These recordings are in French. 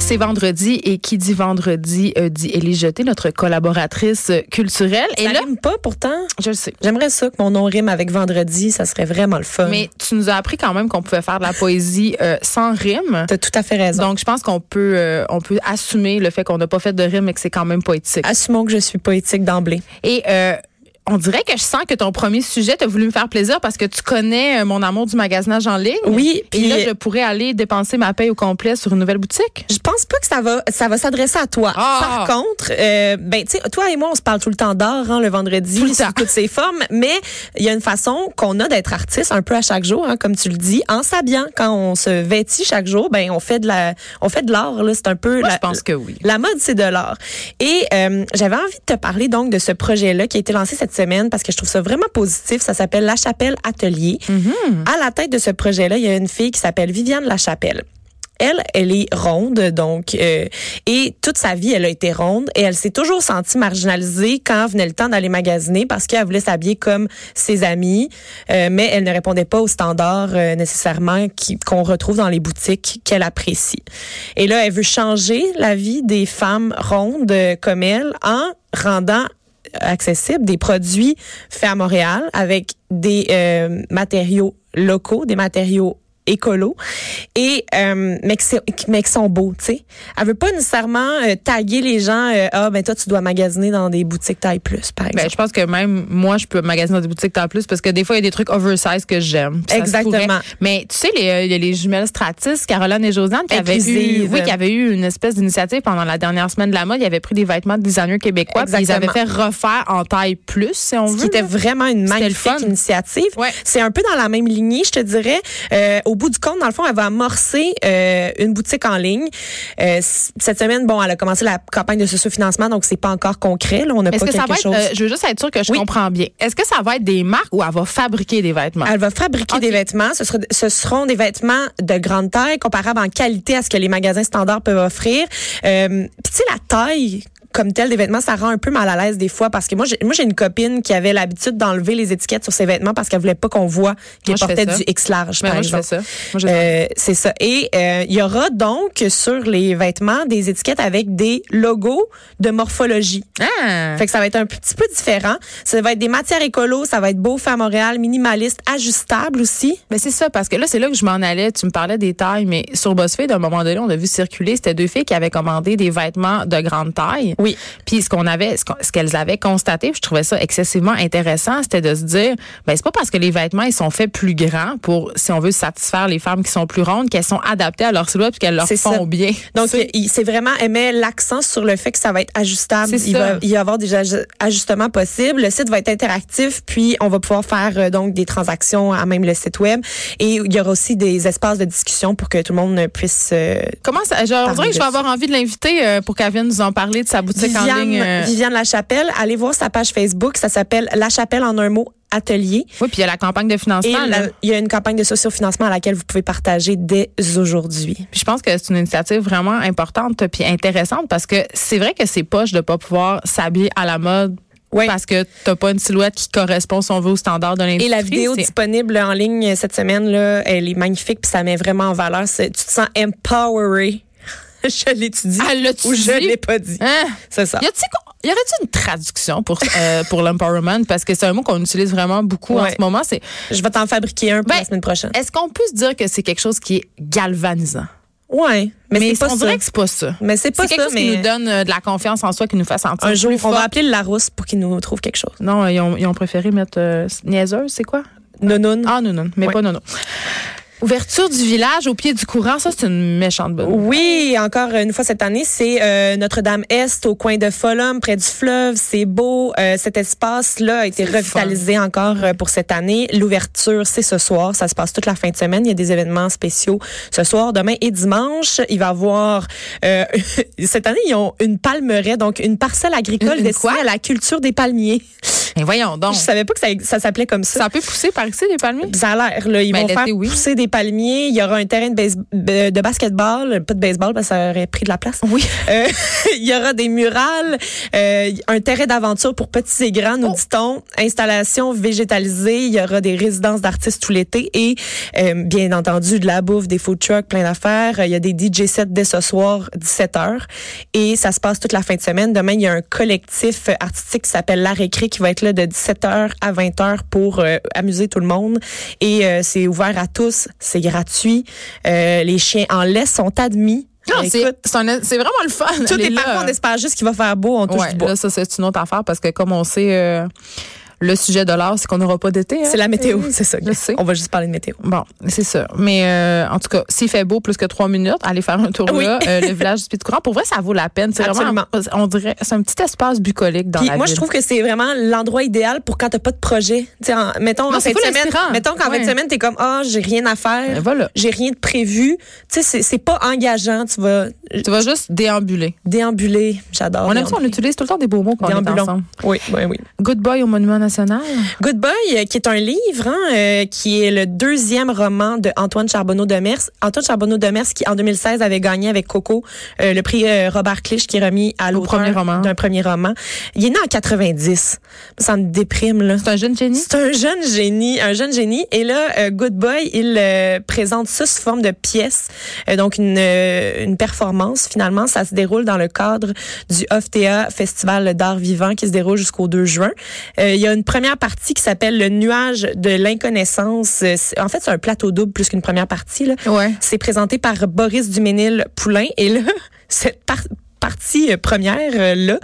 C'est vendredi et qui dit vendredi euh, dit Élie Jeté, notre collaboratrice euh, culturelle. Et et là, rime pas pourtant. je le sais. J'aimerais ça que mon nom rime avec vendredi, ça serait vraiment le fun. Mais tu nous as appris quand même qu'on pouvait faire de la poésie euh, sans rime. t'as tout à fait raison. Donc je pense qu'on peut euh, on peut assumer le fait qu'on n'a pas fait de rime mais que c'est quand même poétique. assumons que je suis poétique d'emblée. Et euh, on dirait que je sens que ton premier sujet t'as voulu me faire plaisir parce que tu connais euh, mon amour du magasinage en ligne. Oui, Et puis là, je pourrais aller dépenser ma paye au complet sur une nouvelle boutique. je pense pas que ça va ça va s'adresser à toi. Ah! Par contre, euh, ben tu sais toi et moi on se parle tout le temps d'art hein, le vendredi Tout le sous temps. toutes ses formes, mais il y a une façon qu'on a d'être artiste un peu à chaque jour hein, comme tu le dis, en s'habillant quand on se vêtit chaque jour, ben on fait de la on fait de l'art là, c'est un peu Moi, la- je pense que oui. La mode, c'est de l'art. Et euh, j'avais envie de te parler donc de ce projet-là qui a été lancé cette semaine parce que je trouve ça vraiment positif. Ça s'appelle La Chapelle Atelier. À la tête de ce projet-là, il y a une fille qui s'appelle Viviane La Chapelle. Elle, elle est ronde, donc, euh, et toute sa vie, elle a été ronde, et elle s'est toujours sentie marginalisée quand venait le temps d'aller magasiner parce qu'elle voulait s'habiller comme ses amis, euh, mais elle ne répondait pas aux standards euh, nécessairement qui- qu'on retrouve dans les boutiques qu'elle apprécie. Et là, elle veut changer la vie des femmes rondes euh, comme elle en rendant accessible des produits faits à Montréal avec des euh, matériaux locaux, des matériaux écolos, et euh, mais qui sont- mais qui sont beaux, tu sais. Elle veut pas nécessairement euh, taguer les gens euh, ah ben toi tu dois magasiner dans des boutiques taille plus par exemple. Ben, je pense que même moi, je peux magasiner dans des boutiques en plus parce que des fois, il y a des trucs oversize que j'aime. Puis ça se Exactement. pourrait. Mais tu sais, les, euh, il y a les jumelles Stratis, Caroline et Josiane, qui avaient, eu, Inclusive. oui, qui avaient eu une espèce d'initiative pendant la dernière semaine de la mode. Ils avaient pris des vêtements de designers québécois puis ils avaient Exactement. fait refaire en taille plus, si on ce veut. qui était là. vraiment une C'était le magnifique fun. initiative. Ouais. C'est un peu dans la même lignée, je te dirais. Euh, au bout du compte, dans le fond, elle va amorcer euh, une boutique en ligne. Euh, s- cette semaine, bon, elle a commencé la campagne de sociofinancement, donc c'est pas encore concret. Là, on n'a pas Est-ce que quelque ça va être, chose. euh, je veux juste être sûre que je Oui. comprends bien. Est-ce que ça va être des marques ou elle va fabriquer des vêtements? Elle va fabriquer Ok. des vêtements. Ce, sera- ce seront des vêtements de grande taille, comparables en qualité à ce que les magasins standards peuvent offrir. Euh, Puis tu sais, la taille comme telle des vêtements, ça rend un peu mal à l'aise des fois parce que moi, j'ai moi, j'ai une copine qui avait l'habitude d'enlever les étiquettes sur ses vêtements parce qu'elle voulait pas qu'on voit Moi, qu'elle je fais portait ça. du X large. Mais par moi, je fais exemple. ça. Moi, je- Euh, c'est ça. Et euh, il y aura donc sur les vêtements des étiquettes avec des logos de morphologie. Ah! Hein? Fait que ça va être un petit peu différent. Ça va être des matières écolo, ça va être beau fait à Montréal, minimaliste, ajustable aussi. Ben c'est ça, parce que là, c'est là que je m'en allais. Tu me parlais des tailles, mais sur BuzzFeed, à un moment donné, on a vu circuler, c'était deux filles qui avaient commandé des vêtements de grande taille. Oui. Puis ce qu'on avait, ce qu'on- ce qu'elles avaient constaté, puis je trouvais ça excessivement intéressant, c'était de se dire, ben c'est pas parce que les vêtements, ils sont faits plus grands pour, si on veut satisfaire les femmes qui sont plus rondes, qu'elles sont adaptées à leur silhouette puis qu'elles leur font C'est ça. bien. Donc, C'est- il- c'est vraiment, elle met l'accent sur le fait que ça va être ajustable. C'est Il ça. va y avoir des aj- ajustements possibles. Le site va être interactif, puis on va pouvoir faire euh, donc des transactions à même le site web. Et il y aura aussi des espaces de discussion pour que tout le monde puisse euh, Comment ça, genre, on Parle dirait que je de vais ça. avoir envie de l'inviter euh, pour qu'elle vienne nous en parler de sa boutique en Viviane, ligne. euh. Viviane Lachapelle, allez voir sa page Facebook, ça s'appelle La Chapelle en un mot atelier. Oui, puis il y a la campagne de Et financement. là. la- il y a une campagne de sociofinancement à laquelle vous pouvez partager dès aujourd'hui. Puis je pense que c'est une initiative vraiment importante puis intéressante parce que c'est vrai que c'est poche de pas pouvoir s'habiller à la mode Oui. parce que t'as pas une silhouette qui correspond si on veut au standard de l'industrie. Et la vidéo C'est- disponible en ligne cette semaine, là, elle est magnifique puis ça met vraiment en valeur. C'est- Tu te sens empoweré. je l'étudie. Elle l'a-tu Ou je Ah, dit? l'ai pas dit. Hein? C'est ça. Y a-t-il qu'on- y aurait-tu une traduction pour euh, pour l'empowerment parce que c'est un mot qu'on utilise vraiment beaucoup en Ouais. ce moment. C'est Je vais t'en fabriquer un pour Ben, la semaine prochaine. est-ce qu'on peut se dire que c'est quelque chose qui est galvanisant Ouais. Mais, c'est pas on ça. dirait que c'est pas ça. Mais c'est pas C'est quelque ça, chose qui mais nous donne euh, de la confiance en soi, qui nous fait sentir un jour, plus on va fortes. appeler le Larousse pour qu'il nous trouve quelque chose. Non, euh, ils ont, ils ont préféré mettre euh, niaiseuse, c'est quoi Non, non. Ah non, non, mais Ouais. pas non, non. Ouverture du village au pied du courant, ça c'est une méchante bonne. nouvelle. Oui, encore une fois cette année, c'est euh, Notre-Dame-Est au coin de Folum, près du fleuve. C'est beau. Euh, cet espace-là a été C'est le revitalisé encore euh, pour cette année. L'ouverture, c'est ce soir. Ça se passe toute la fin de semaine. Il y a des événements spéciaux ce soir, demain et dimanche. Il va y avoir... euh, cette année, ils ont une palmeraie, donc une parcelle agricole Une- une destinée quoi? à la culture des palmiers. Mais voyons donc. Je savais pas que ça, ça s'appelait comme ça. Ça peut pousser par ici, les palmiers? Ça a l'air, là. Ils Ben, vont l'été, faire oui. pousser des palmiers. Il y aura un terrain de, base- euh, de basketball. Pas de baseball, parce que ça aurait pris de la place. Oui. Euh, il y aura des murales, euh, un terrain d'aventure pour petits et grands, nous dit-on. Installation végétalisée. Il y aura des résidences d'artistes tout l'été. Et, euh, bien entendu, de la bouffe, des food trucks, plein d'affaires. Il y a des DJ sets dès ce soir, 17h. Et ça se passe toute la fin de semaine. Demain, il y a un collectif euh, artistique qui s'appelle La Récré qui va être là de 17h à 20h pour euh, amuser tout le monde. Et euh, c'est ouvert à tous. C'est gratuit. Euh, les chiens en laisse sont admis. Ben, Non, Écoute, Ah, c'est c'est un- c'est vraiment le fun. tout Elle est là. euh, parfait, on espère juste qu'il va faire beau, on touche Ouais, du bois. là, ça, c'est une autre affaire parce que comme on sait, euh, le sujet de l'art, c'est qu'on n'aura pas d'été. hein. C'est la météo, c'est ça. Je sais. On va juste parler de météo. Bon, c'est ça. Mais euh, en tout cas, s'il fait beau plus que trois minutes, allez faire un tour Oui. là, euh, le village du Pied de Courant. Pour vrai, ça vaut la peine. C'est vraiment, Absolument. on dirait, c'est un petit espace bucolique dans Puis la moi, ville. je trouve que c'est vraiment l'endroit idéal pour quand t'as pas de projet. Tu sais, en- mettons, Non, en c'est fin de full semaine, inspirant. mettons qu'en Ouais. fin de semaine, t'es comme, ah, j'ai rien à Ben faire. voilà. J'ai rien de prévu. Tu sais, c'est- c'est pas engageant. Tu vas euh, Tu vas juste déambuler. déambuler. J'adore. On aime ça, on déambuler. utilise tout le temps des beaux mots quand on est Déambulant. ensemble. Oui, oui, oui. Good Boy au Monument National. Good Boy, euh, qui est un livre, hein, euh, qui est le deuxième roman de Antoine Charbonneau de Mers. Antoine Charbonneau de Mers, qui en 2016 avait gagné avec Coco euh, le prix euh, Robert Clich, qui est remis à l'auteur premier roman. d'un premier roman. Il est né en 90. Ça me déprime là. C'est un jeune génie. C'est un jeune génie, un jeune génie. Et là, euh, Good Boy, il euh, présente ça sous forme de pièce, Euh, donc une, euh, une performance. Finalement, ça se déroule dans le cadre du OFTA Festival d'art vivant qui se déroule jusqu'au 2 juin. Euh, il y a une première partie qui s'appelle Le nuage de l'inconnaissance. Euh, c'est- En fait, c'est un plateau double plus qu'une première partie. Là. Ouais. C'est présenté par Boris Duménil-Poulain. Et là, cette par- partie euh, première euh, là,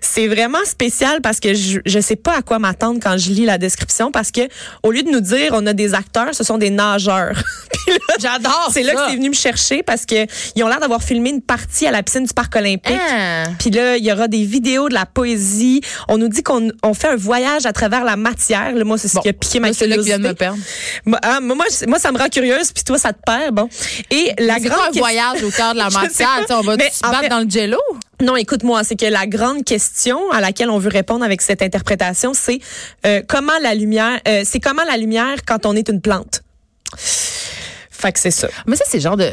c'est vraiment spécial parce que je je sais pas à quoi m'attendre quand je lis la description parce que au lieu de nous dire on a des acteurs, ce sont des nageurs. Puis là, J'adore. c'est là que c'est venu me chercher parce que ils ont l'air d'avoir filmé une partie à la piscine du parc olympique. Hein? Puis là, il y aura des vidéos de la poésie. On nous dit qu'on on fait un voyage à travers la matière. Là, moi, c'est ce qui a piqué ma c'est là qui vient curiosité. de me perdre. Moi, ah, moi, je- moi, ça me rend curieuse, puis toi, ça te perd. Bon. Et C'est pas la un grande question- voyage au cœur de la Je sais matière. pas. tu sais, On va Mais se en battre fait- dans le jello. Non, écoute-moi, c'est que la grande question à laquelle on veut répondre avec cette interprétation, c'est euh, comment la lumière, euh, c'est comment la lumière quand on est une plante. Fait que c'est ça. Mais ça, c'est le genre de.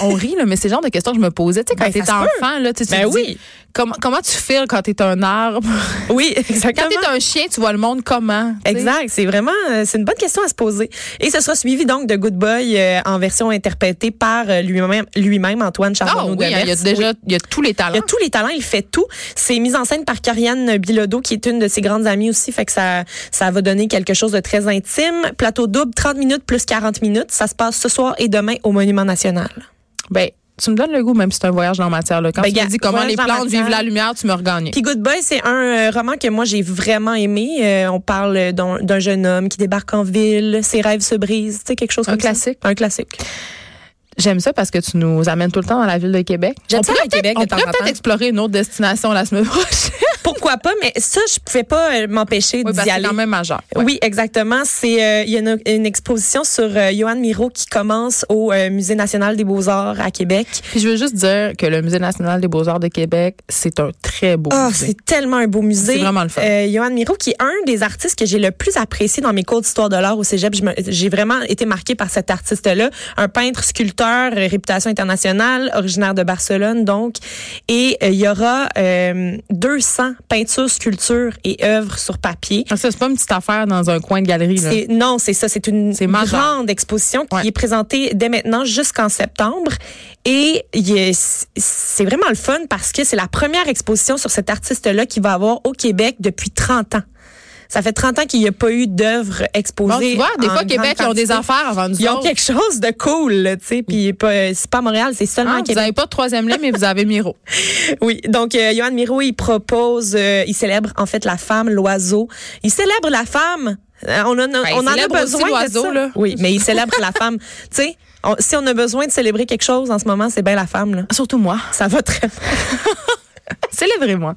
On rit, là, mais c'est le genre de questions que je me posais. Tu sais, quand Ben, t'es ça se peut. enfant, là, tu sais, tu Ben te dis, oui. Comment, comment tu files quand t'es un arbre? Oui, Quand exactement. t'es un chien, tu vois le monde comment? tu sais? Exact, c'est vraiment euh, c'est une bonne question à se poser. Et ce sera suivi donc de Good Boy euh, en version interprétée par euh, lui-même lui-même Antoine Ah Charbonneau oui, hein, il y a Demers. déjà il y a tous les talents. Il a tous les talents, il fait tout. C'est mis en scène par Carianne Bilodeau, qui est une de ses grandes amies aussi, fait que ça, ça va donner quelque chose de très intime. Plateau double, 30 minutes plus 40 minutes. Ça se passe ce soir et demain au Monument National. Ben, tu me donnes le goût, même si c'est un voyage dans la matière. Là. Quand Ben, tu me gars, dis comment voyage les dans la plantes matière. vivent la lumière, tu me regagnes. Puis Good Boy, c'est un euh, roman que moi j'ai vraiment aimé. Euh, on parle d'un d'un jeune homme qui débarque en ville, ses rêves se brisent, tu sais quelque chose Un comme ça. classique. Un classique. J'aime ça parce que tu nous amènes tout le temps dans la ville de Québec. J'aime On ça, pourrait le peut-être- Québec, de On temps pourrait en peut-être temps. explorer une autre destination la semaine prochaine. Pourquoi pas Mais ça, je pouvais pas euh, m'empêcher Oui, parce d'y que c'est aller. quand même majeur. Oui, exactement. C'est euh, il y a une, une exposition sur euh, Johan Miro qui commence au euh, Musée national des beaux-arts à Québec. Puis je veux juste dire que le Musée national des beaux-arts de Québec, c'est un très beau Ah, musée. c'est tellement un beau musée. C'est vraiment le fun. Euh, Johan Miro, qui est un des artistes que j'ai le plus apprécié dans mes cours d'histoire de l'art au cégep. Je me- J'ai vraiment été marquée par cet artiste-là. Un peintre, sculpteur, euh, réputation internationale, originaire de Barcelone, donc. Et euh, il y aura euh, 200 peintures, sculptures et œuvres sur papier. Ah, Ça, c'est pas une petite affaire dans un coin de galerie. Là. C'est- non, c'est ça. C'est une C'est majeur. grande exposition qui Ouais. est présentée dès maintenant jusqu'en septembre. Et il est- c'est vraiment le fun parce que c'est la première exposition sur cet artiste-là qu'il va avoir au Québec depuis 30 ans. Ça fait 30 ans qu'il n'y a pas eu d'œuvre exposée. Bon, tu vois, des en fois, grande Québec, ils ont des quantité. affaires avant nous Ils ont autres. quelque chose de cool, là, tu sais. Puis pas- c'est pas à Montréal, c'est seulement Ah, à vous Québec. n'avez pas de troisième lien, mais vous avez Miro. Oui, donc euh, Johan Miro, il propose, euh, il célèbre en fait la femme, l'oiseau. Il célèbre la femme. Euh, on, en a, Ben, il on en a célèbre aussi besoin de l'oiseau, ça. là. Oui, mais il célèbre la femme. Tu sais, on- si on a besoin de célébrer quelque chose en ce moment, c'est bien la femme. Là. Surtout moi. Ça va très bien. Célébrez-moi.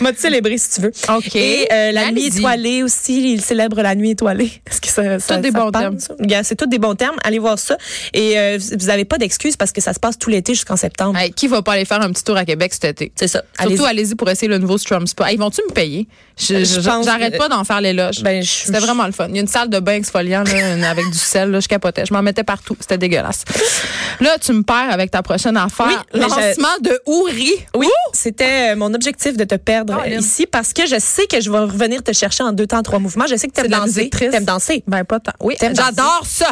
Moi, te célébrer si tu veux. OK. Et euh, la nuit Allez-y. étoilée aussi, il célèbre la nuit étoilée. Est-ce que ça, ça- des ça bons te parle, termes. ça? Gars, C'est tous des bons termes. Allez voir ça. Et euh, vous n'avez pas d'excuses parce que ça se passe tout l'été jusqu'en septembre. Hey, qui va pas aller faire un petit tour à Québec cet été? C'est ça. Surtout, Allez-y. allez-y pour essayer le nouveau Strum Spa. Hey, vont-tu me payer? Je- Je je- pense- J'arrête pas d'en faire l'éloge. Ben, je- C'était vraiment le fun. Il y a une salle de bain exfoliant là, une- avec du sel. Là, je capotais. Je m'en mettais partout. C'était dégueulasse. Là, tu me perds avec ta prochaine affaire. Oui, mais je- Lancement de Ouri. Oui, c'était euh, mon objectif de te perdre Colin. euh, ici parce que je sais que je vais revenir te chercher en deux temps, trois mouvements. Je sais que C'est t'aimes de la danser. musique triste. T'aimes danser. Ben, pas tant. Oui, T'aimes j'adore ça.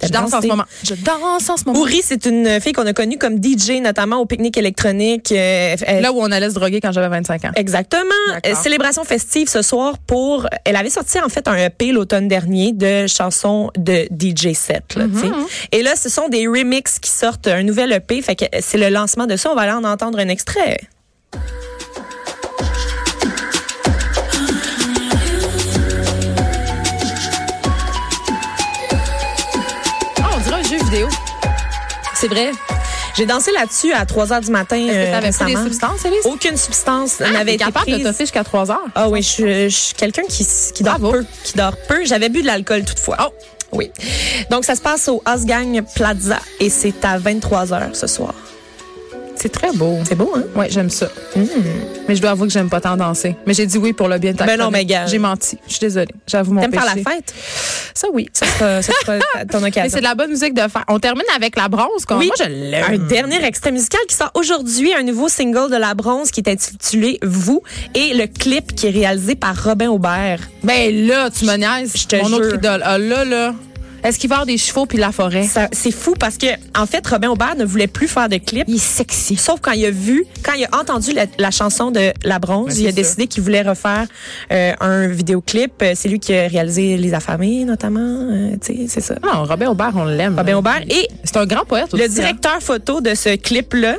Je T'aimes danse en ce danser. moment. Je danse en ce moment. Ouri, c'est une fille qu'on a connue comme DJ, notamment au pique-nique électronique. euh, elle- Là où on allait se droguer quand j'avais 25 ans. Exactement. D'accord. Euh, Célébration festive ce soir pour. Elle avait sorti en fait un EP l'automne dernier de chansons de DJ set. là, tu sais. Mm-hmm. Et là, ce sont des remixes qui sortent un nouvel EP. Fait que c'est le lancement de ça. On va aller en entendre un extrait. Ah, on dirait un jeu vidéo. C'est vrai. J'ai dansé là-dessus à 3 heures du matin. Est-ce que euh, t'avais pris des récemment. substances, Elise? Aucune substance Ah, n'avait t'es été capable de prise. toffer jusqu'à 3 heures. Ah oui, je, je suis quelqu'un qui, s- qui dort Bravo. peu, qui dort peu. J'avais bu de l'alcool toutefois. Oh. Oui. Donc ça se passe au Osgang Plaza et c'est à 23h ce soir. C'est très beau. C'est beau hein Ouais, j'aime ça. Mmh. Mais je dois avouer que j'aime pas tant danser. Mais j'ai dit oui pour le bien de ta Ben non, chronique. mais gars. J'ai menti. Je suis désolée. J'avoue mon T'aimes faire la péché. fête Ça, oui. Ça sera, ça sera ta- ton Mais occasion. c'est de la bonne musique de faire. On termine avec la bronze. qu'on- Oui. Moi, je l'aime. Un dernier extrait musical qui sort aujourd'hui, un nouveau single de La Bronze qui est intitulé Vous et le clip qui est réalisé par Robin Aubert. Ben là, tu me niaises. Je te Mon autre jure. idole. Ah, là, là. Est-ce qu'il va y avoir des chevaux puis la forêt? Ça- C'est fou parce que en fait Robin Aubert ne voulait plus faire de clip. Il est sexy. Sauf quand il a vu, quand il a entendu la, la chanson de La Ouais, Bronze, c'est il a ça. décidé qu'il voulait refaire euh, un vidéoclip. Euh, C'est lui qui a réalisé Les Affamés, notamment. euh, tu sais, c'est ça. Non, Ah, Robert Aubert, on l'aime. Robin Aubert. Et C'est un grand poète aussi. hein? le directeur photo de ce clip-là,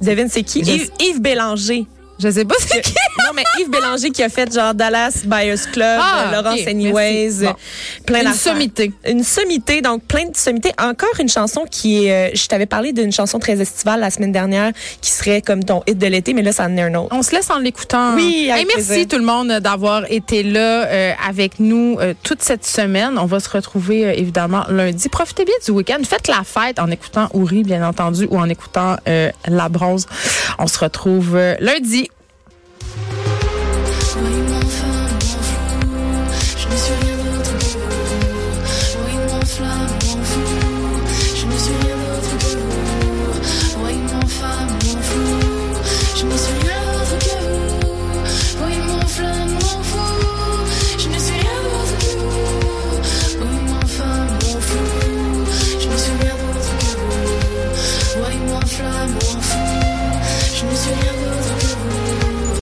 devine c'est qui? Je- Yves, Yves Bélanger. hein. Je sais pas c'est qui. non, mais Yves Bélanger qui a fait genre Dallas Buyers Club, Ah, euh, Laurence ok, merci. Anyways, euh, Bon. plein Une d'affaires. sommité. Une sommité, donc plein de sommités. Encore une chanson qui est, euh, je t'avais parlé d'une chanson très estivale la semaine dernière qui serait comme ton hit de l'été, mais là, ça en est un autre. On se laisse en l'écoutant. Oui, avec Et merci plaisir. tout le monde d'avoir été là euh, avec nous euh, toute cette semaine. On va se retrouver euh, évidemment lundi. Profitez bien du week-end. Faites la fête en écoutant Ouri, bien entendu, ou en écoutant euh, La Bronze. On se retrouve euh, lundi.